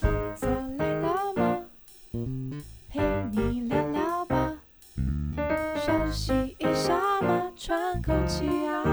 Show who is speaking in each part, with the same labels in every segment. Speaker 1: 坐累了吗？陪你聊聊吧，休息一下嘛，喘口气啊。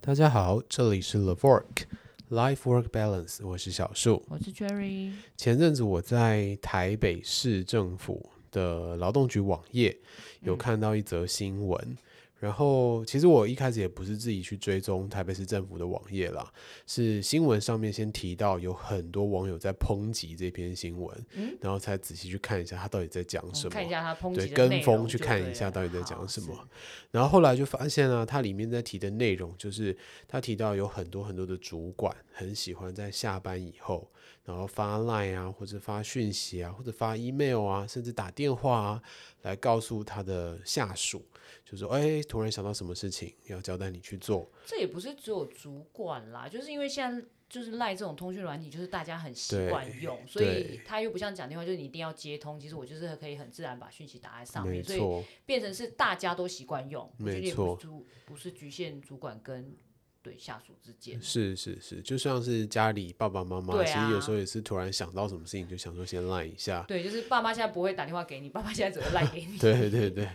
Speaker 2: 大家好，这里是 The Work Life Work Balance，我是小树。
Speaker 3: 我是 Jerry，
Speaker 2: 前阵子我在台北市政府的劳动局网页
Speaker 3: 嗯
Speaker 2: 有看到一则新闻，然后其实我一开始也不是自己去追踪台北市政府的网页啦，是新闻上面先提到有很多网友在抨击这篇新闻，
Speaker 3: 嗯哦
Speaker 2: 然后才仔细去看一下他到底在讲什么。
Speaker 3: 看一下他抨
Speaker 2: 对，
Speaker 3: 击的内
Speaker 2: 跟
Speaker 3: 容
Speaker 2: 风去
Speaker 3: 就
Speaker 2: 看
Speaker 3: 对
Speaker 2: 一下
Speaker 3: 了
Speaker 2: 到底在讲
Speaker 3: 好
Speaker 2: 什么
Speaker 3: 是。
Speaker 2: 然后后来就发现啊，它里面在提的内容就是他提到有很多很多的主管很喜欢在下班以后，然后发 Line 啊，或者发讯息啊，或者发 email 啊，甚至打电话啊，来告诉他的下属，就说：“哎，突然想到什么事情要交代你去做。
Speaker 3: 这也不是只有主管啦，就是因为现在就是赖这种通讯软体，就是大家很习
Speaker 2: 对
Speaker 3: 惯用，所以
Speaker 2: 对
Speaker 3: 他又不像讲电话，就是你一定要接通。其实我就是可以很自然把讯息打在”上
Speaker 2: 没
Speaker 3: 面，所以
Speaker 2: 错，
Speaker 3: 变成是大家都习惯用。我觉得
Speaker 2: 没
Speaker 3: 也
Speaker 2: 错
Speaker 3: 不是主不是局限主管跟对下属之间。
Speaker 2: 是是是，就像是家里爸爸妈妈，
Speaker 3: 对
Speaker 2: 其实有
Speaker 3: 啊
Speaker 2: 时候也是突然想到什么事情，就想说先 Line 一下，
Speaker 3: 对，就是爸妈现在不会打电话给你，爸妈现在只会赖给 你。
Speaker 2: 对对对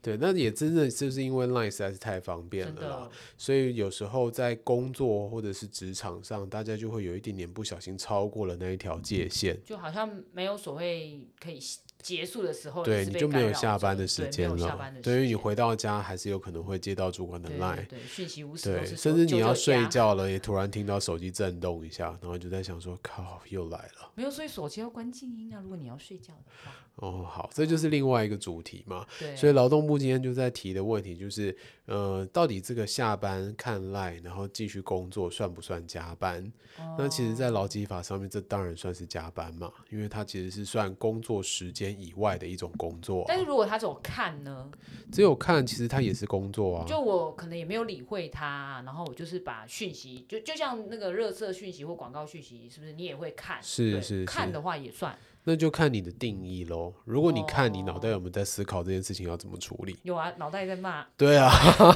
Speaker 2: 对，那也真的就是因为 Line 实在是太方便
Speaker 3: 真
Speaker 2: 了啦
Speaker 3: 的，，
Speaker 2: 所以有时候在工作或者是职场上，大家就会有一点点不小心超过了那一条界限。
Speaker 3: 就好像没有所谓可以结束的时候，
Speaker 2: 对，
Speaker 3: 是
Speaker 2: 你
Speaker 3: 被
Speaker 2: 就没
Speaker 3: 干
Speaker 2: 有
Speaker 3: 扰
Speaker 2: 下班
Speaker 3: 对
Speaker 2: 的时
Speaker 3: 没
Speaker 2: 间
Speaker 3: 有下
Speaker 2: 了
Speaker 3: 班的。时
Speaker 2: 对于你
Speaker 3: 间
Speaker 2: 回到家，还是有可能会接到主管的
Speaker 3: 对
Speaker 2: line，
Speaker 3: 对对，讯息无时
Speaker 2: 对
Speaker 3: 都，是
Speaker 2: 甚
Speaker 3: 说
Speaker 2: 至你
Speaker 3: 九
Speaker 2: 要
Speaker 3: 九
Speaker 2: 睡
Speaker 3: 加
Speaker 2: 觉了，也突然听到手机震动一下，然后就在想说，靠，又来了。
Speaker 3: 没有，所以手机要关静音啊。如果你要睡觉的话，
Speaker 2: 哦，好，这
Speaker 3: 嗯
Speaker 2: 就是另外一个主题嘛。
Speaker 3: 对，啊
Speaker 2: 所以劳动部今天就在提的问题就是，呃，到底这个下班看赖，然后继续工作算不算加班？那其实，在
Speaker 3: 哦
Speaker 2: 劳基法上面，这当然算是加班嘛，因为它其实是算工作时间以外的一种工作啊、
Speaker 3: 但是如果他走看呢，
Speaker 2: 只有看，其实它也是工作啊。
Speaker 3: 就我可能也没有理会他，啊然后我就是把讯息，就就像那个热色讯息或广告讯息，是不是你也会看？
Speaker 2: 是
Speaker 3: 对
Speaker 2: 是
Speaker 3: 看
Speaker 2: 是
Speaker 3: 的话也算
Speaker 2: 那就看你的定义喽。如果你看你脑
Speaker 3: 哦
Speaker 2: 袋有没有在思考这件事情要怎么处理？
Speaker 3: 有啊，脑袋在骂，
Speaker 2: 对啊，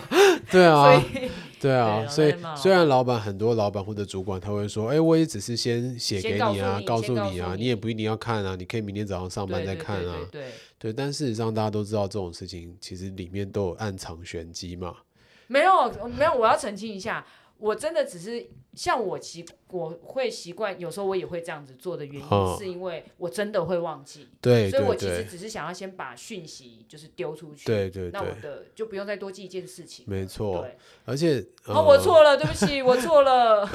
Speaker 2: 对啊，
Speaker 3: 所以
Speaker 2: 对
Speaker 3: 对
Speaker 2: 啊，
Speaker 3: 老
Speaker 2: 所以
Speaker 3: 板骂
Speaker 2: 虽然老板很多老板或者主管他会说，哎、我也只是先写
Speaker 3: 先
Speaker 2: 给
Speaker 3: 告
Speaker 2: 你
Speaker 3: 诉
Speaker 2: 啊，
Speaker 3: 你
Speaker 2: 告
Speaker 3: 先
Speaker 2: 诉
Speaker 3: 告
Speaker 2: 你
Speaker 3: 诉
Speaker 2: 啊，
Speaker 3: 你
Speaker 2: 你也不一定要看啊，你可以明天早上上班
Speaker 3: 对
Speaker 2: 再
Speaker 3: 对
Speaker 2: 看啊，
Speaker 3: 对对对，
Speaker 2: 对。但事实上大家都知道这种事情其实里面都有暗藏玄机嘛，
Speaker 3: 没有没有，我要澄清一下，我真的只是像我习我会习惯，有时候我也会这样子做的原因，
Speaker 2: 嗯
Speaker 3: 是因为我真的会忘记。
Speaker 2: 对
Speaker 3: 所以我
Speaker 2: 对
Speaker 3: 其实
Speaker 2: 对
Speaker 3: 只是想要先把讯息就是丢出去，
Speaker 2: 对对
Speaker 3: 那我
Speaker 2: 对，
Speaker 3: 的就不用再多记一件事情。
Speaker 2: 没错，
Speaker 3: 对，
Speaker 2: 而且
Speaker 3: 哦，我
Speaker 2: 呃
Speaker 3: 错了，对不起，我错了。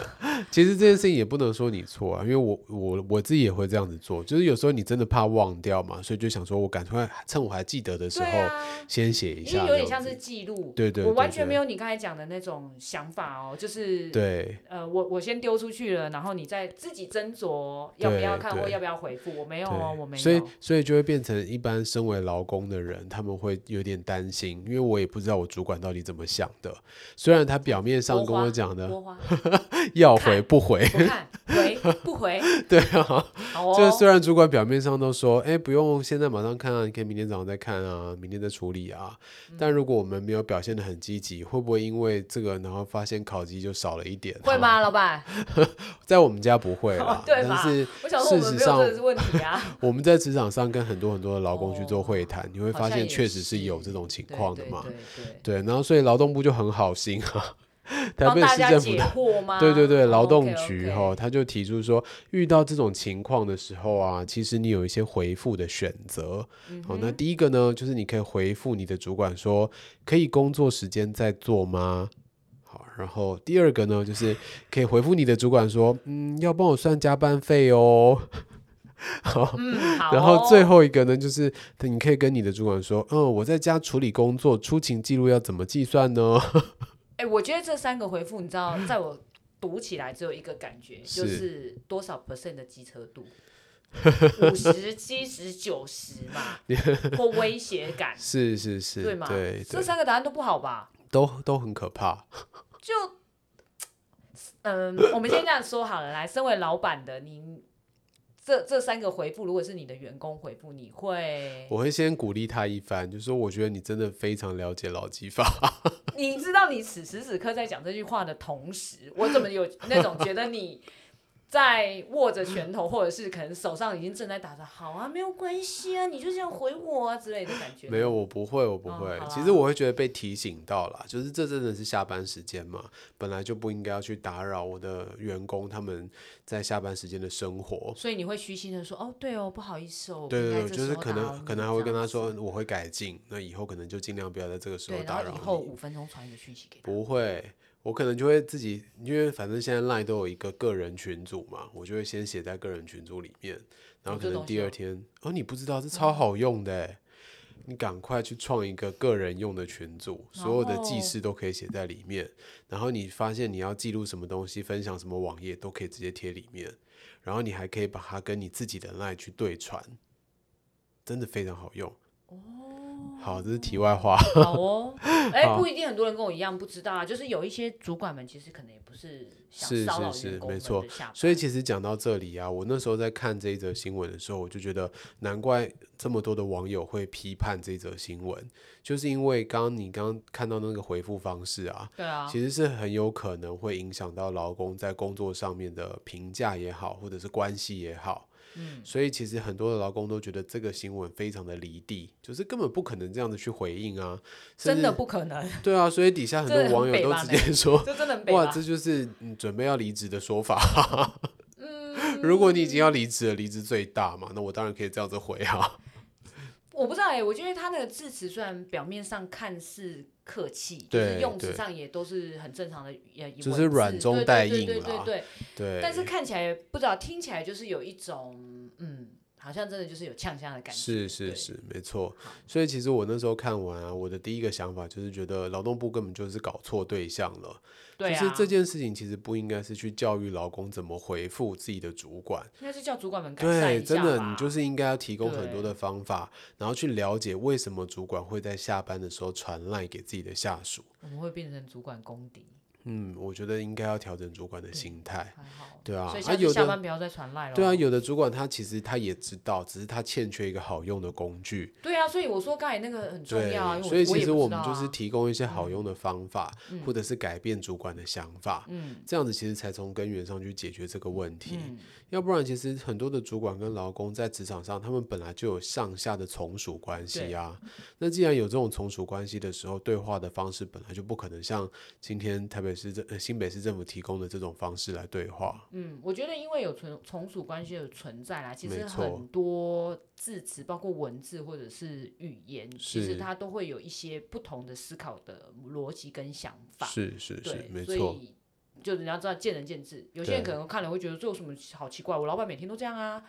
Speaker 2: 其实这件事情也不能说你错啊，因为我我我自己也会这样子做，就是有时候你真的怕忘掉嘛，所以就想说我赶快趁我还记得的时
Speaker 3: 对
Speaker 2: 候、
Speaker 3: 啊，
Speaker 2: 先写一
Speaker 3: 因
Speaker 2: 下
Speaker 3: 为
Speaker 2: 这
Speaker 3: 有
Speaker 2: 样
Speaker 3: 点
Speaker 2: 子，
Speaker 3: 像是记录，
Speaker 2: 对对
Speaker 3: 我
Speaker 2: 对
Speaker 3: 完全
Speaker 2: 对
Speaker 3: 没有你刚才讲的那种想法哦，就是
Speaker 2: 对
Speaker 3: 呃，我我先丢出去了，然后你再自己斟酌要不要
Speaker 2: 对
Speaker 3: 看或
Speaker 2: 对
Speaker 3: 要不要回复。我没有
Speaker 2: 对，
Speaker 3: 哦，我没有。
Speaker 2: 所以所以就会变成一般身为劳工的人，他们会有点担心，因为我也不知道我主管到底怎么想的。虽然他表面上
Speaker 3: 多
Speaker 2: 跟
Speaker 3: 花
Speaker 2: 我讲的
Speaker 3: 多 花
Speaker 2: 要回不回，
Speaker 3: 不看回不回，
Speaker 2: 对啊，
Speaker 3: 好 哦。
Speaker 2: 就是虽然主管表面上都说，哎，不用现在马上看啊，你可以明天早上再看啊，明天再处理啊。
Speaker 3: 嗯
Speaker 2: 但如果我们没有表现的很积极，会不会因为这个，然后发现考级就少了一点？
Speaker 3: 会？吗，老板？
Speaker 2: 在我们家不会啦，
Speaker 3: 对
Speaker 2: 但
Speaker 3: 吧
Speaker 2: 是
Speaker 3: 我想说我
Speaker 2: 事实
Speaker 3: 们没有
Speaker 2: 上
Speaker 3: 这个问题啊。
Speaker 2: 我们在职场上跟很多很多的劳工去做
Speaker 3: 哦
Speaker 2: 会谈，你会
Speaker 3: 好
Speaker 2: 发
Speaker 3: 像
Speaker 2: 现
Speaker 3: 也
Speaker 2: 确实是
Speaker 3: 是
Speaker 2: 有这种情
Speaker 3: 对
Speaker 2: 况的
Speaker 3: 对
Speaker 2: 嘛。
Speaker 3: 对对。
Speaker 2: 对，然后所以劳动部就很好心啊，台
Speaker 3: 帮
Speaker 2: 北
Speaker 3: 大
Speaker 2: 市
Speaker 3: 家
Speaker 2: 政府
Speaker 3: 解
Speaker 2: 的。
Speaker 3: 惑 吗？
Speaker 2: 对对对，
Speaker 3: 哦
Speaker 2: 劳动
Speaker 3: ，OK，OK
Speaker 2: 局哈、他就提出说，遇到这种情况的时候啊，其实你有一些回复的选择。
Speaker 3: 嗯
Speaker 2: 好、那第一个呢，就是你可以回复你的主管说，可以工作时间再做吗？好，然后第二个呢，就是可以回复你的主管说，嗯，要帮我算加班费哦。 好，
Speaker 3: 嗯，好哦。
Speaker 2: 然后最后一个呢，就是你可以跟你的主管说，嗯，我在家处理工作，出勤记录要怎么计算呢？
Speaker 3: 哎，我觉得这三个回复，你知道，在我读起来只有一个感觉，就是是多少 percent 的机车 度。五十、七十、九十 嘛，或威胁感，
Speaker 2: 是是是，
Speaker 3: 对吗？
Speaker 2: 对
Speaker 3: 这三个答案都不好吧？
Speaker 2: 都都很可怕。
Speaker 3: 就，嗯，我们先这样说好了。来，身为老板的你，这这三个回复，如果是你的员工回复，你会
Speaker 2: 我会先鼓励他一番，就说我觉得你真的非常了解劳基法，
Speaker 3: 你知道你此时此刻在讲这句话的同时，我怎么有那种觉得你在握着拳头，或者是可能手上已经正在打着“好啊，没有关系啊，你就这样回我啊”之类的感觉？
Speaker 2: 没有，我不会，我不
Speaker 3: 哦
Speaker 2: 会。
Speaker 3: 好
Speaker 2: 其
Speaker 3: 啦
Speaker 2: 实我会觉得被提醒到啦，就是这真的是下班时间嘛，本来就不应该要去打扰我的员工他们在下班时间的生活。
Speaker 3: 所以你会虚心的说：“哦，对哦，不好意思哦，我不
Speaker 2: 对
Speaker 3: 应该
Speaker 2: 对对，
Speaker 3: 这
Speaker 2: 就是
Speaker 3: 时候
Speaker 2: 可
Speaker 3: 打扰
Speaker 2: 能
Speaker 3: 你
Speaker 2: 可能还会
Speaker 3: 这
Speaker 2: 跟
Speaker 3: 样
Speaker 2: 他
Speaker 3: 子
Speaker 2: 说哦嗯我会改进，那以后可能就尽量不要在这个时候
Speaker 3: 对，
Speaker 2: 打
Speaker 3: 然
Speaker 2: 扰
Speaker 3: 后以后
Speaker 2: 你
Speaker 3: 五分钟传一个讯息给他。
Speaker 2: 不会，我可能就会自己，因为反正现在 LINE 都有一个个人群组嘛，我就会先写在个人群组里面，然后
Speaker 3: 有
Speaker 2: 可
Speaker 3: 这
Speaker 2: 能
Speaker 3: 东
Speaker 2: 第
Speaker 3: 西
Speaker 2: 二
Speaker 3: 哦
Speaker 2: 天，哦，你不知道，这超好用的欸，你赶快去创一个个人用的群组，
Speaker 3: 嗯
Speaker 2: 所有的记
Speaker 3: 然后
Speaker 2: 事都可以写在里面，然后你发现你要记录什么东西，分享什么网页都可以直接贴里面，然后你还可以把它跟你自己的 LINE 去对传，真的非常好用。哦好，这是题外话。
Speaker 3: 好哦，哎、不一定很多人跟我一样不知道啊，就是有一些主管们其实可能也不是想
Speaker 2: 是
Speaker 3: 骚扰
Speaker 2: 是是
Speaker 3: 员工
Speaker 2: 没
Speaker 3: 们
Speaker 2: 错
Speaker 3: 的下班啊
Speaker 2: 所以其实讲到这里啊，我那时候在看这一则新闻的时候，我就觉得难怪这么多的网友会批判这则新闻，就是因为刚刚你刚刚看到那个回复方式啊，
Speaker 3: 对啊，
Speaker 2: 其实是很有可能会影响到劳工在工作上面的评价也好，或者是关系也好。
Speaker 3: 嗯，
Speaker 2: 所以其实很多的劳工都觉得这个新闻非常的离地，就是根本不可能这样子去回应啊，甚
Speaker 3: 真的
Speaker 2: 至
Speaker 3: 不可能，
Speaker 2: 对啊，所以底下很
Speaker 3: 真
Speaker 2: 多
Speaker 3: 的很
Speaker 2: 网友
Speaker 3: 北
Speaker 2: 都
Speaker 3: 吧
Speaker 2: 直
Speaker 3: 那
Speaker 2: 接说，
Speaker 3: 这真的很北
Speaker 2: 哇，
Speaker 3: 吧
Speaker 2: 这就是你准备要离职的说法。
Speaker 3: 嗯
Speaker 2: 如果你已经要离职了，离职最大嘛，那我当然可以这样子回啊。
Speaker 3: 我不知道哎、我觉得他的致辞虽然表面上看似客气，就
Speaker 2: 对
Speaker 3: 是用词
Speaker 2: 对
Speaker 3: 上也都是很正常的，也
Speaker 2: 就是软中带硬
Speaker 3: 对对对对
Speaker 2: 啦
Speaker 3: 对对
Speaker 2: 对，
Speaker 3: 但是看起来不知道，听起来就是有一种嗯，好像真的就是有呛呛的感觉，
Speaker 2: 是是
Speaker 3: 对，
Speaker 2: 是，没错。所以其实我那时候看完啊，我的第一个想法就是觉得劳动部根本就是搞错对象了。
Speaker 3: 对啊，
Speaker 2: 就是这件事情其实不应该是去教育劳工怎么回复自己的主管，
Speaker 3: 应该是叫主管们改善
Speaker 2: 对，
Speaker 3: 一下
Speaker 2: 真
Speaker 3: 吧，
Speaker 2: 的，你就是应该要提供很多
Speaker 3: 对
Speaker 2: 的方法，然后去了解为什么主管会在下班的时候传赖给自己的下属。
Speaker 3: 我们会变成主管公敌，
Speaker 2: 嗯，我觉得应该要调整主管的心态。
Speaker 3: 还好，
Speaker 2: 对啊
Speaker 3: 所以
Speaker 2: 啊
Speaker 3: 下
Speaker 2: 有
Speaker 3: 次
Speaker 2: 的
Speaker 3: 下班不要再传赖了，
Speaker 2: 对啊，有的主管他其实他也知道，只是他欠缺一个好用的工具。
Speaker 3: 对啊，所以我说刚才那个很重
Speaker 2: 对
Speaker 3: 要啊，因，为
Speaker 2: 所以其
Speaker 3: 也
Speaker 2: 实
Speaker 3: 不
Speaker 2: 我
Speaker 3: 知道
Speaker 2: 们
Speaker 3: 啊
Speaker 2: 就是提供一些好用的方法，
Speaker 3: 嗯
Speaker 2: 或者是改变主管的想法，
Speaker 3: 嗯
Speaker 2: 这样子其实才从根源上去解决这个问题。
Speaker 3: 嗯，
Speaker 2: 要不然，其实很多的主管跟劳工在职场上，他们本来就有上下的从属关系啊。那既然有这种从属关系的时候，对话的方式本来就不可能像今天台北市政、呃、新北市政府提供的这种方式来对话。
Speaker 3: 嗯，我觉得因为有存从属关系的存在啦，其
Speaker 2: 没
Speaker 3: 实
Speaker 2: 错
Speaker 3: 很多字词，包括文字或者是语言，其
Speaker 2: 是
Speaker 3: 实它都会有一些不同的思考的逻辑跟想法。
Speaker 2: 是是是
Speaker 3: 对，，
Speaker 2: 没
Speaker 3: 所
Speaker 2: 错，
Speaker 3: 以就人家知道见仁见智，有些人
Speaker 2: 对
Speaker 3: 可能看了会觉得这有什么好奇怪，我老板每天都这样啊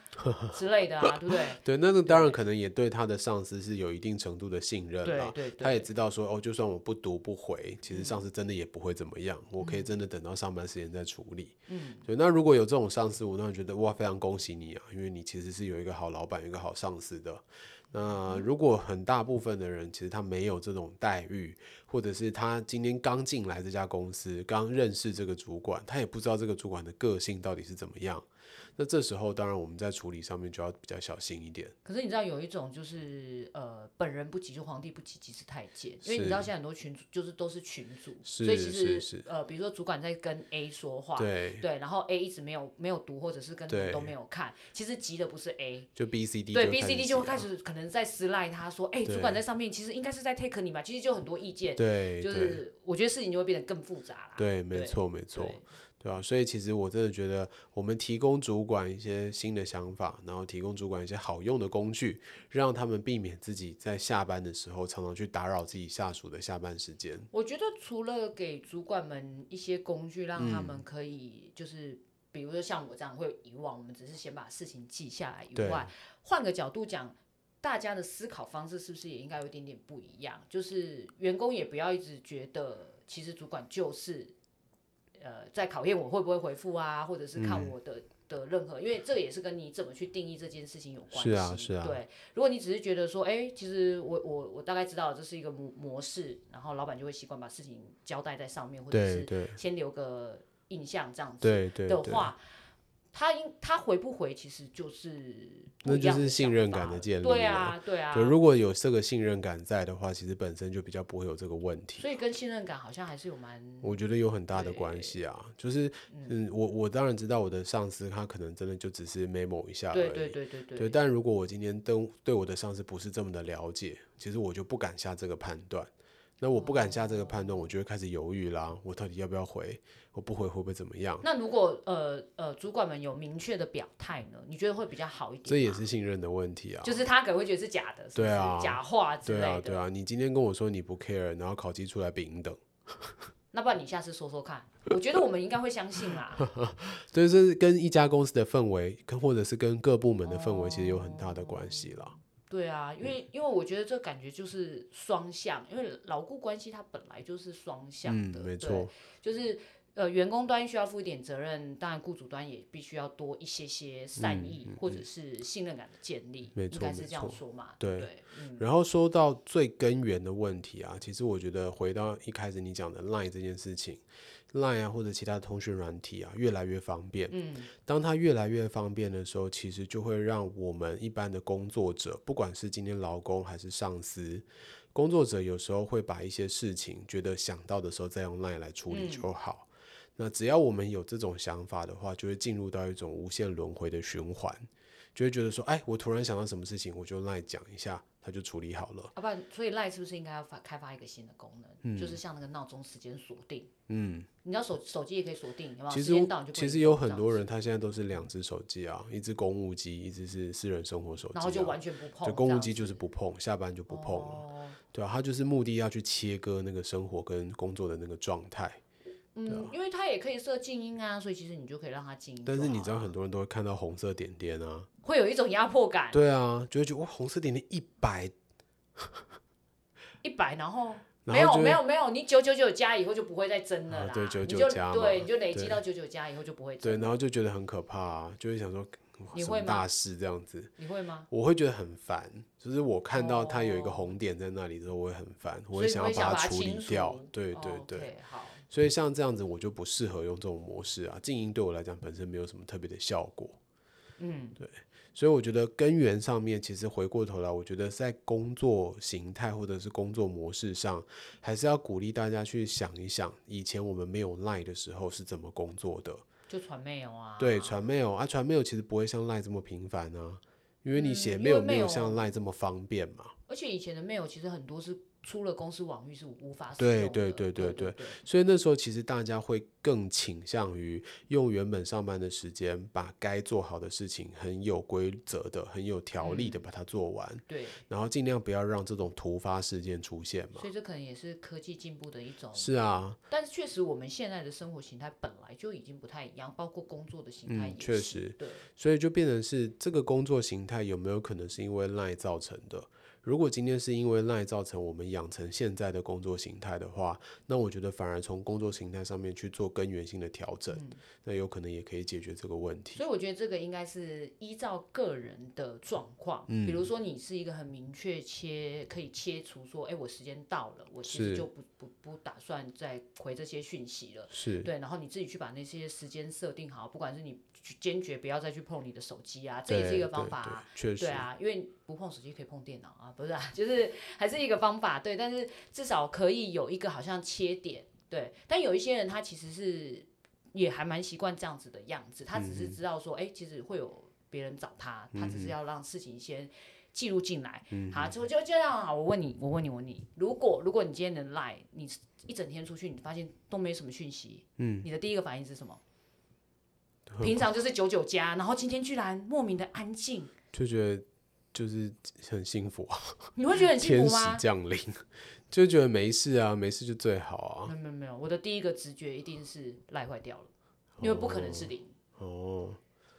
Speaker 3: 之类的啊，对 不对？
Speaker 2: 对。那个当然可能也对他的上司是有一定程度的信任
Speaker 3: 对
Speaker 2: 啦。
Speaker 3: 对对，嗯
Speaker 2: 他也知道说，哦，就算我不读不回，其实上司真的也不会怎么样，我可以真的等到上班时间再处理。
Speaker 3: 嗯，
Speaker 2: 对，那如果有这种上司，我当然觉得哇，非常恭喜你啊，因为你其实是有一个好老板，有一个好上司的。
Speaker 3: 嗯
Speaker 2: 那如果很大部分的人其实他没有这种待遇，或者是他今天刚进来这家公司，刚认识这个主管，他也不知道这个主管的个性到底是怎么样。那这时候，当然我们在处理上面就要比较小心一点。
Speaker 3: 可是你知道有一种就是呃，本人不急就皇帝不急，急是太监。因为
Speaker 2: 是
Speaker 3: 你知道现在很多群主就是都是群主，
Speaker 2: 是
Speaker 3: 所以其
Speaker 2: 是
Speaker 3: 实
Speaker 2: 是
Speaker 3: 呃，比如说主管在跟 A 说话，
Speaker 2: 对，
Speaker 3: 然后 A 一直没有没有读，或者是跟
Speaker 2: 对
Speaker 3: 都没有看，其实急的不是 A。
Speaker 2: 就 B、C、D
Speaker 3: 对
Speaker 2: 就
Speaker 3: B、
Speaker 2: 开
Speaker 3: C、
Speaker 2: 始
Speaker 3: D 就
Speaker 2: 急
Speaker 3: 会开
Speaker 2: 了
Speaker 3: 始可能在私赖他说，哎、
Speaker 2: 对
Speaker 3: 主管在上面，其实应该是在 take 你吧，其实就有很多意见，
Speaker 2: 对，
Speaker 3: 就
Speaker 2: 对
Speaker 3: 是我觉得事情就会变得更复杂啦。
Speaker 2: 对，没
Speaker 3: 对
Speaker 2: 错，没错
Speaker 3: 对。
Speaker 2: 对啊，所以其实我真的觉得，我们提供主管一些新的想法，然后提供主管一些好用的工具，让他们避免自己在下班的时候常常去打扰自己下属的下班时间。
Speaker 3: 我觉得除了给主管们一些工具，让他
Speaker 2: 嗯
Speaker 3: 们可以就是，比如说像我这样会有遗忘，我们只是先把事情记下来以
Speaker 2: 对
Speaker 3: 外，换个角度讲，大家的思考方式是不是也应该有一点点不一样？就是员工也不要一直觉得，其实主管就是呃在考验我会不会回复啊，或者是
Speaker 2: 嗯
Speaker 3: 看我的。的任何，因为这个也是跟你怎么去定义这件事情有关系。
Speaker 2: 是啊是啊
Speaker 3: 对，如果你只是觉得说，哎、其实我我我大概知道这是一个模模式，然后老板就会习惯把事情交代在上面，或者
Speaker 2: 对
Speaker 3: 是
Speaker 2: 对
Speaker 3: 先留个印象这样子
Speaker 2: 对对
Speaker 3: 的
Speaker 2: 对，
Speaker 3: 话，他应他回不回，其实就是不
Speaker 2: 那
Speaker 3: 一
Speaker 2: 就
Speaker 3: 样的
Speaker 2: 是信
Speaker 3: 想
Speaker 2: 任
Speaker 3: 法
Speaker 2: 感的
Speaker 3: 了
Speaker 2: 建立
Speaker 3: 对
Speaker 2: 了
Speaker 3: 啊，对啊
Speaker 2: 就。如果有这个信任感在的话，其实本身就比较不会有这个问题。
Speaker 3: 所以跟信任感好像还是有蛮
Speaker 2: 我觉得有很大的关系啊，就是嗯，我我当然知道我的上司他可能真的就只是 memo 一下而已，
Speaker 3: 对对对对对
Speaker 2: 对但如果我今天对对我的上司不是这么的了解，其实我就不敢下这个判断。那我不敢下这个判断，我就会开始犹豫啦，我到底要不要回？我不回会不会怎么样？
Speaker 3: 那如果呃呃主管们有明确的表态呢，你觉得会比较好一点吗？
Speaker 2: 这也是信任的问题啊。
Speaker 3: 就是他可能会觉得是假的，是不
Speaker 2: 对
Speaker 3: 是
Speaker 2: 啊
Speaker 3: 假话之
Speaker 2: 对
Speaker 3: 类
Speaker 2: 啊，
Speaker 3: 的。
Speaker 2: 对啊，你今天跟我说你不 care，然后考绩出来丙等，
Speaker 3: 那不然你下次说说看， 我觉得我们应该会相信啦。
Speaker 2: 所以这是跟一家公司的氛围，跟或者是跟各部门的氛围，其实有很大的关系啦。
Speaker 3: 对啊，因为因为我觉得这感觉就是双向，因为牢固关系它本来就是双向
Speaker 2: 嗯
Speaker 3: 的，，
Speaker 2: 没
Speaker 3: 对
Speaker 2: 错，，
Speaker 3: 就是呃员工端需要负一点责任，当然雇主端也必须要多一些些善意、或者是信任感的建立，
Speaker 2: 嗯没
Speaker 3: 应
Speaker 2: 错
Speaker 3: 该
Speaker 2: 没
Speaker 3: 是这样
Speaker 2: 错
Speaker 3: 说嘛，
Speaker 2: 对
Speaker 3: 不对？嗯，
Speaker 2: 然后说到最根源的问题啊，其实我觉得回到一开始你讲的 Line 这件事情，Line 啊或者其他通讯软体啊越来越方便。嗯，当它越来越方便的时候，其实就会让我们一般的工作者，不管是今天劳工还是上司，工作者有时候会把一些事情觉得想到的时候再用 Line 来处理
Speaker 3: 嗯
Speaker 2: 就好。那只要我们有这种想法的话，就会进入到一种无限轮回的循环。就会觉得说，哎，我突然想到什么事情，我就赖讲一下，他就处理好了。
Speaker 3: 啊要不然，所以赖是不是应该要发开发一个新的功能，
Speaker 2: 嗯
Speaker 3: 就是像那个闹钟时间锁定？嗯，你知道手手机也可以锁定，有没有？
Speaker 2: 其
Speaker 3: 时
Speaker 2: 实
Speaker 3: 间到你就不
Speaker 2: 其
Speaker 3: 能
Speaker 2: 实有
Speaker 3: 用
Speaker 2: 很
Speaker 3: 这样
Speaker 2: 多
Speaker 3: 子
Speaker 2: 人他现在都是两只手机啊，一只公务机，一只是私人生活手机、啊，
Speaker 3: 然后就完全不碰，
Speaker 2: 就公务机就是不碰，下班就不碰了。
Speaker 3: 哦，
Speaker 2: 对啊，他就是目的要去切割那个生活跟工作的那个状态。啊
Speaker 3: 嗯，因为它也可以设静音啊，所以其实你就可以让它静音就
Speaker 2: 但
Speaker 3: 好了。
Speaker 2: 是你知道，很多人都会看到红色点点啊，
Speaker 3: 会有一种压迫感，
Speaker 2: 对啊，就会觉得哇，红色点点一百，
Speaker 3: 一百，然后
Speaker 2: 然后
Speaker 3: 没有
Speaker 2: 就会
Speaker 3: 没有没有，你九九九加以后就不会再增了啦，
Speaker 2: 啊对
Speaker 3: 你就
Speaker 2: 999加嘛
Speaker 3: 对，你就累积
Speaker 2: 对
Speaker 3: 到九九加以后就不会
Speaker 2: 对，
Speaker 3: 增，
Speaker 2: 然后就觉得很可怕、啊，就会想说，哇
Speaker 3: 你
Speaker 2: 什
Speaker 3: 会
Speaker 2: 么
Speaker 3: 吗
Speaker 2: 大事这样子。
Speaker 3: 你会吗？
Speaker 2: 我会觉得很烦，就是我看到它有一个
Speaker 3: 哦
Speaker 2: 红点在那里之后，我会很烦，我
Speaker 3: 所以
Speaker 2: 会
Speaker 3: 你
Speaker 2: 想
Speaker 3: 会
Speaker 2: 把
Speaker 3: 把
Speaker 2: 它处理
Speaker 3: 清除
Speaker 2: 掉。对对
Speaker 3: 哦
Speaker 2: 对，
Speaker 3: ，OK，好，
Speaker 2: 所以像这样子，我就不适合用这种模式啊。静音对我来讲本身没有什么特别的效果，
Speaker 3: 嗯，
Speaker 2: 所以我觉得根源上面，其实回过头来，我觉得在工作形态或者是工作模式上，还是要鼓励大家去想一想，以前我们没有 Line 的时候是怎么工作的。
Speaker 3: 就传 mail 啊，
Speaker 2: 对，传 mail 啊，传 mail 其实不会像 Line 这么频繁啊，因为你
Speaker 3: 嗯
Speaker 2: 写
Speaker 3: 因
Speaker 2: mail
Speaker 3: 为
Speaker 2: 没有
Speaker 3: mail-
Speaker 2: 像 Line 这么方便嘛。
Speaker 3: 而且以前的 mail 其实很多是出了公司网域是无法使
Speaker 2: 对
Speaker 3: 用的
Speaker 2: 对对
Speaker 3: 对
Speaker 2: 对对
Speaker 3: 对
Speaker 2: 所以那时候其实大家会更倾向于用原本上班的时间，把该做好的事情很有规则的、很有条理
Speaker 3: 嗯
Speaker 2: 的把它做完，
Speaker 3: 对
Speaker 2: 然后尽量不要让这种突发事件出现嘛
Speaker 3: 所。以这可能也是科技进步的一种，
Speaker 2: 是啊，
Speaker 3: 但是确实我们现在的生活形态本来就已经不太一样，包括工作的形态
Speaker 2: 嗯
Speaker 3: 也
Speaker 2: 确
Speaker 3: 是，
Speaker 2: 实
Speaker 3: 对，
Speaker 2: 所以就变成是这个工作形态有没有可能是因为赖造成的？如果今天是因为赖造成我们养成现在的工作形态的话，那我觉得反而从工作形态上面去做根源性的调整，
Speaker 3: 嗯
Speaker 2: 那有可能也可以解决这个问题
Speaker 3: 所。以我觉得这个应该是依照个人的状况，比如说你是一个很明确切可以切除说，哎，我时间到了，我其实
Speaker 2: 是
Speaker 3: 就不不不打算再回这些讯息了。
Speaker 2: 是，
Speaker 3: 对，然后你自己去把那些时间设定好，不管是你去坚决不要再去碰你的手机啊，这也是一
Speaker 2: 对
Speaker 3: 个方
Speaker 2: 对
Speaker 3: 法、
Speaker 2: 对
Speaker 3: 啊。
Speaker 2: 确实
Speaker 3: 对啊，因为不碰手机可以碰电脑啊，不是啊， 就是还是一个方法，对，但是至少可以有一个好像切点，对。但有一些人他其实是也还蛮习惯这样子的样子，他只
Speaker 2: 嗯
Speaker 3: 是知道说，哎、其实会有别人找他，他只是要让事情先记录进来。
Speaker 2: 嗯
Speaker 3: 好，就就这样啊。我问你，我问你，我问你，如果如果你今天能赖，你一整天出去，你发现都没什么讯息，嗯，你的第一个反应是什么？平常就是九九加，然后今天居然莫名的安静。
Speaker 2: 就觉得就是很幸福啊，
Speaker 3: 你会觉得很幸
Speaker 2: 天
Speaker 3: 福
Speaker 2: 使
Speaker 3: 吗？
Speaker 2: 降临， 就觉得没事啊，没事就最好啊。
Speaker 3: 没有没有没有，我的第一个直觉一定是赖坏掉了，因为不可能是零，
Speaker 2: 哦，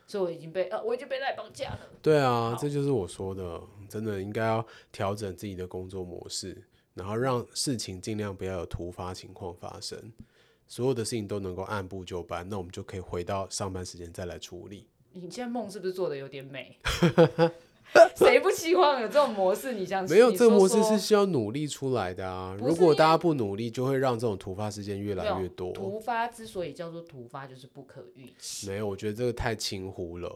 Speaker 3: 所以我已经被呃我已经被赖绑架了。
Speaker 2: 对啊，这就是我说的，真的应该要调整自己的工作模式，然后让事情尽量不要有突发情况发生，所有的事情都能够按部就班，那我们就可以回到上班时间再来处理。
Speaker 3: 你现在梦是不是做的有点美？ 谁不希望有这种模式？你想
Speaker 2: 没有
Speaker 3: 你
Speaker 2: 这个
Speaker 3: 说
Speaker 2: 模式
Speaker 3: 说
Speaker 2: 是需要努力出来的啊！
Speaker 3: 不
Speaker 2: 如
Speaker 3: 是
Speaker 2: 果
Speaker 3: 因
Speaker 2: 大家不努力，就会让这种突发事件越
Speaker 3: 没
Speaker 2: 来
Speaker 3: 有
Speaker 2: 越多。
Speaker 3: 突发之所以叫做突发，就是不可预期。
Speaker 2: 没有，我觉得这个太轻忽了，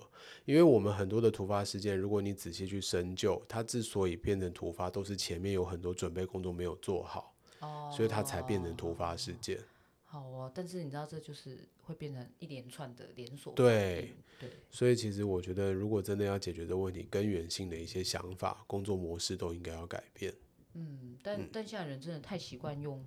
Speaker 2: 因为我们很多的突发事件，如果你仔细去深究，它之所以变成突发，都是前面有很多准备工作没有做好，
Speaker 3: 哦，
Speaker 2: 所以它才变成突发事件。
Speaker 3: 好哦，但是你知道，这就是会变成一连串的连锁反
Speaker 2: 对
Speaker 3: 应。对，
Speaker 2: 所以其实我觉得，如果真的要解决这个问题，根源性的一些想法、工作模式都应该要改变。
Speaker 3: 嗯，但但现在人真的太习惯用，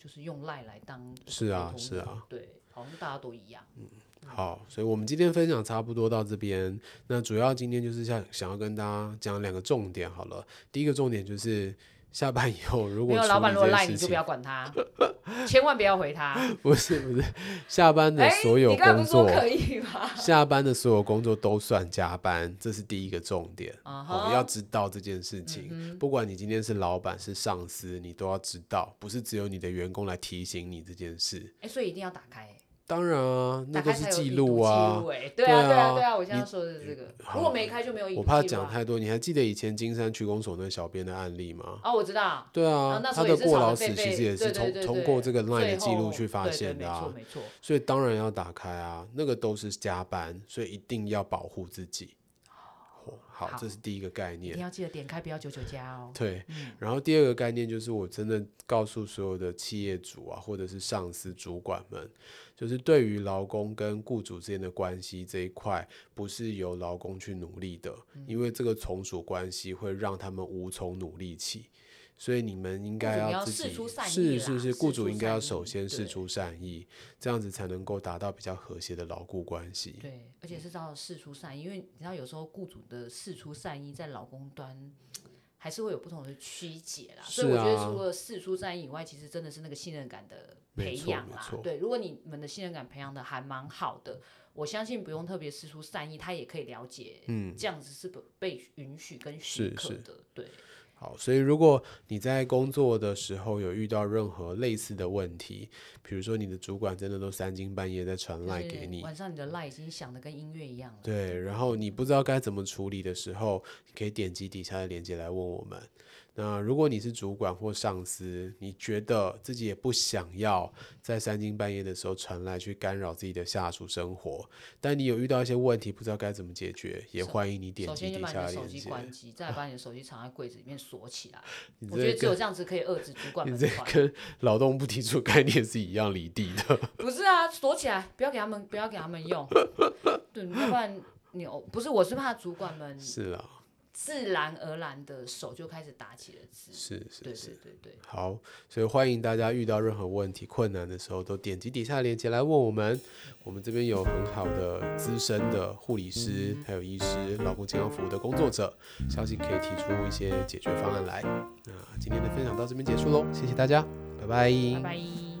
Speaker 3: 就是用赖来当
Speaker 2: 是啊
Speaker 3: 沟通
Speaker 2: 是啊，
Speaker 3: 对，好像大家都一样。嗯
Speaker 2: 好，所以我们今天分享差不多到这边。那主要今天就是想想要跟大家讲两个重点好了。第一个重点就是下班以后，如
Speaker 3: 没
Speaker 2: 果
Speaker 3: 有
Speaker 2: 处
Speaker 3: 老板
Speaker 2: 理
Speaker 3: 如果
Speaker 2: 这
Speaker 3: 赖
Speaker 2: 件
Speaker 3: 你
Speaker 2: 事
Speaker 3: 就
Speaker 2: 情，
Speaker 3: 不要管他， 千万不要回他。
Speaker 2: 不是不是，下班的
Speaker 3: 哎，
Speaker 2: 所有
Speaker 3: 你刚才
Speaker 2: 工
Speaker 3: 不是说
Speaker 2: 作，
Speaker 3: 可 以吗？
Speaker 2: 下班的所有工作都算加班，这是第一个重点。
Speaker 3: 啊
Speaker 2: 哦
Speaker 3: 哈，
Speaker 2: 要知道这件事情，
Speaker 3: 嗯
Speaker 2: 不管你今天是老板是上司，你都要知道，不是只有你的员工来提醒你这件事。
Speaker 3: 哎，所以一定要打开，
Speaker 2: 当然啊，那
Speaker 3: 打
Speaker 2: 都
Speaker 3: 开
Speaker 2: 是
Speaker 3: 才有
Speaker 2: 记
Speaker 3: 已读
Speaker 2: 录啊
Speaker 3: 记。录哎，
Speaker 2: 对
Speaker 3: 对啊，对
Speaker 2: 啊
Speaker 3: 啊，对啊，我现在
Speaker 2: 你
Speaker 3: 说的是这个，
Speaker 2: 好
Speaker 3: 如果没开就没有已读
Speaker 2: 我怕
Speaker 3: 记录
Speaker 2: 讲
Speaker 3: 啊。
Speaker 2: 太多，你还记得以前金山区公所那个小编的案例吗？
Speaker 3: 哦，我知道，
Speaker 2: 对
Speaker 3: 然
Speaker 2: 啊
Speaker 3: 后，那时
Speaker 2: 他
Speaker 3: 候
Speaker 2: 的
Speaker 3: 也是
Speaker 2: 过
Speaker 3: 吵
Speaker 2: 劳
Speaker 3: 得
Speaker 2: 死
Speaker 3: 沸
Speaker 2: 其
Speaker 3: 沸，
Speaker 2: 实也是
Speaker 3: 对对
Speaker 2: 通
Speaker 3: 对
Speaker 2: 通
Speaker 3: 对
Speaker 2: 过这个 LINE
Speaker 3: 最
Speaker 2: 的记录
Speaker 3: 后
Speaker 2: 去发
Speaker 3: 对对
Speaker 2: 现的啊
Speaker 3: 没错没错。
Speaker 2: 所以当然要打开啊，那个都是加班，所以一定要保护自己。哦好，
Speaker 3: 好
Speaker 2: 这是第一个概
Speaker 3: 一定
Speaker 2: 念。
Speaker 3: 要记得点开，不要九九加哦。
Speaker 2: 对，然后第二个概念就是，我真的告诉所有的企业主啊，或者是上司、主管们，就是对于劳工跟雇主之间的关系这一块，不是由劳工去努力的，
Speaker 3: 嗯
Speaker 2: 因为这个从属关系会让他们无从努力起。所以你们应该
Speaker 3: 雇主你要
Speaker 2: 自己
Speaker 3: 释出善意
Speaker 2: 是
Speaker 3: 啦
Speaker 2: 是是，
Speaker 3: 释
Speaker 2: 雇主
Speaker 3: 出
Speaker 2: 应该要
Speaker 3: 善
Speaker 2: 首
Speaker 3: 意
Speaker 2: 先释
Speaker 3: 对
Speaker 2: 出善意，这样子才能够达到比较和谐的牢固关系。
Speaker 3: 对，而
Speaker 2: 嗯
Speaker 3: 且是要事出善意，因为你知道有时候雇主的事出善意在老公端还是会有不同的曲解啦，所以
Speaker 2: 是
Speaker 3: 我觉得
Speaker 2: 啊
Speaker 3: 除了事出善意以外，其实真的是那个信任感的
Speaker 2: 没
Speaker 3: 培
Speaker 2: 错
Speaker 3: 养
Speaker 2: 没
Speaker 3: 啦
Speaker 2: 错。
Speaker 3: 对，如果你们的信任感培养的还蛮好的，我相信不用特别事出善意，他也可以了解，嗯，这样子是不被允许跟
Speaker 2: 是
Speaker 3: 许可
Speaker 2: 是
Speaker 3: 的，对。
Speaker 2: 好，所以如果你在工作的时候有遇到任何类似的问题，比如说你的主管真的都三更半夜在传
Speaker 3: 就
Speaker 2: 赖
Speaker 3: 是
Speaker 2: 给你，
Speaker 3: 晚上你的赖已经响的跟音乐一样了。
Speaker 2: 对，然后你不知道该怎么处理的时候，你可以点击底下的链接来问我们。那如果你是主管或上司，你觉得自己也不想要在三更半夜的时候传来去干扰自己的下属生活，但你有遇到一些问题不知道该怎么解决，也
Speaker 3: 首
Speaker 2: 欢迎你点
Speaker 3: 首
Speaker 2: 击
Speaker 3: 先就
Speaker 2: 底
Speaker 3: 把你
Speaker 2: 下
Speaker 3: 的
Speaker 2: 的
Speaker 3: 手
Speaker 2: 链
Speaker 3: 机
Speaker 2: 接。
Speaker 3: 关机，再把你的手机藏在柜子里面锁起来。
Speaker 2: 你
Speaker 3: 我觉
Speaker 2: 这
Speaker 3: 得只有
Speaker 2: 跟
Speaker 3: 这样子可以遏制主管
Speaker 2: 你
Speaker 3: 们
Speaker 2: 这
Speaker 3: 的传。
Speaker 2: 跟劳动部提出的概念是一样离地的。
Speaker 3: 不是啊，锁起来，不要给他们，不要给他们用。 对，要不然你哦不是，我是怕主管 们
Speaker 2: 是啊啦，
Speaker 3: 自然而然的手就开始打起了字。
Speaker 2: 是
Speaker 3: 对
Speaker 2: 是
Speaker 3: 对
Speaker 2: 是。
Speaker 3: 对对，
Speaker 2: 好，所以欢迎大家遇到任何问题、困难的时候，都点击底下链接来问我们。我们这边有很好的资深的护理师，还有医师、老公健康服务的工作者，相信可以提出一些解决方案来。那今天的分享到这边结束喽，谢谢大家，拜拜
Speaker 3: 拜拜。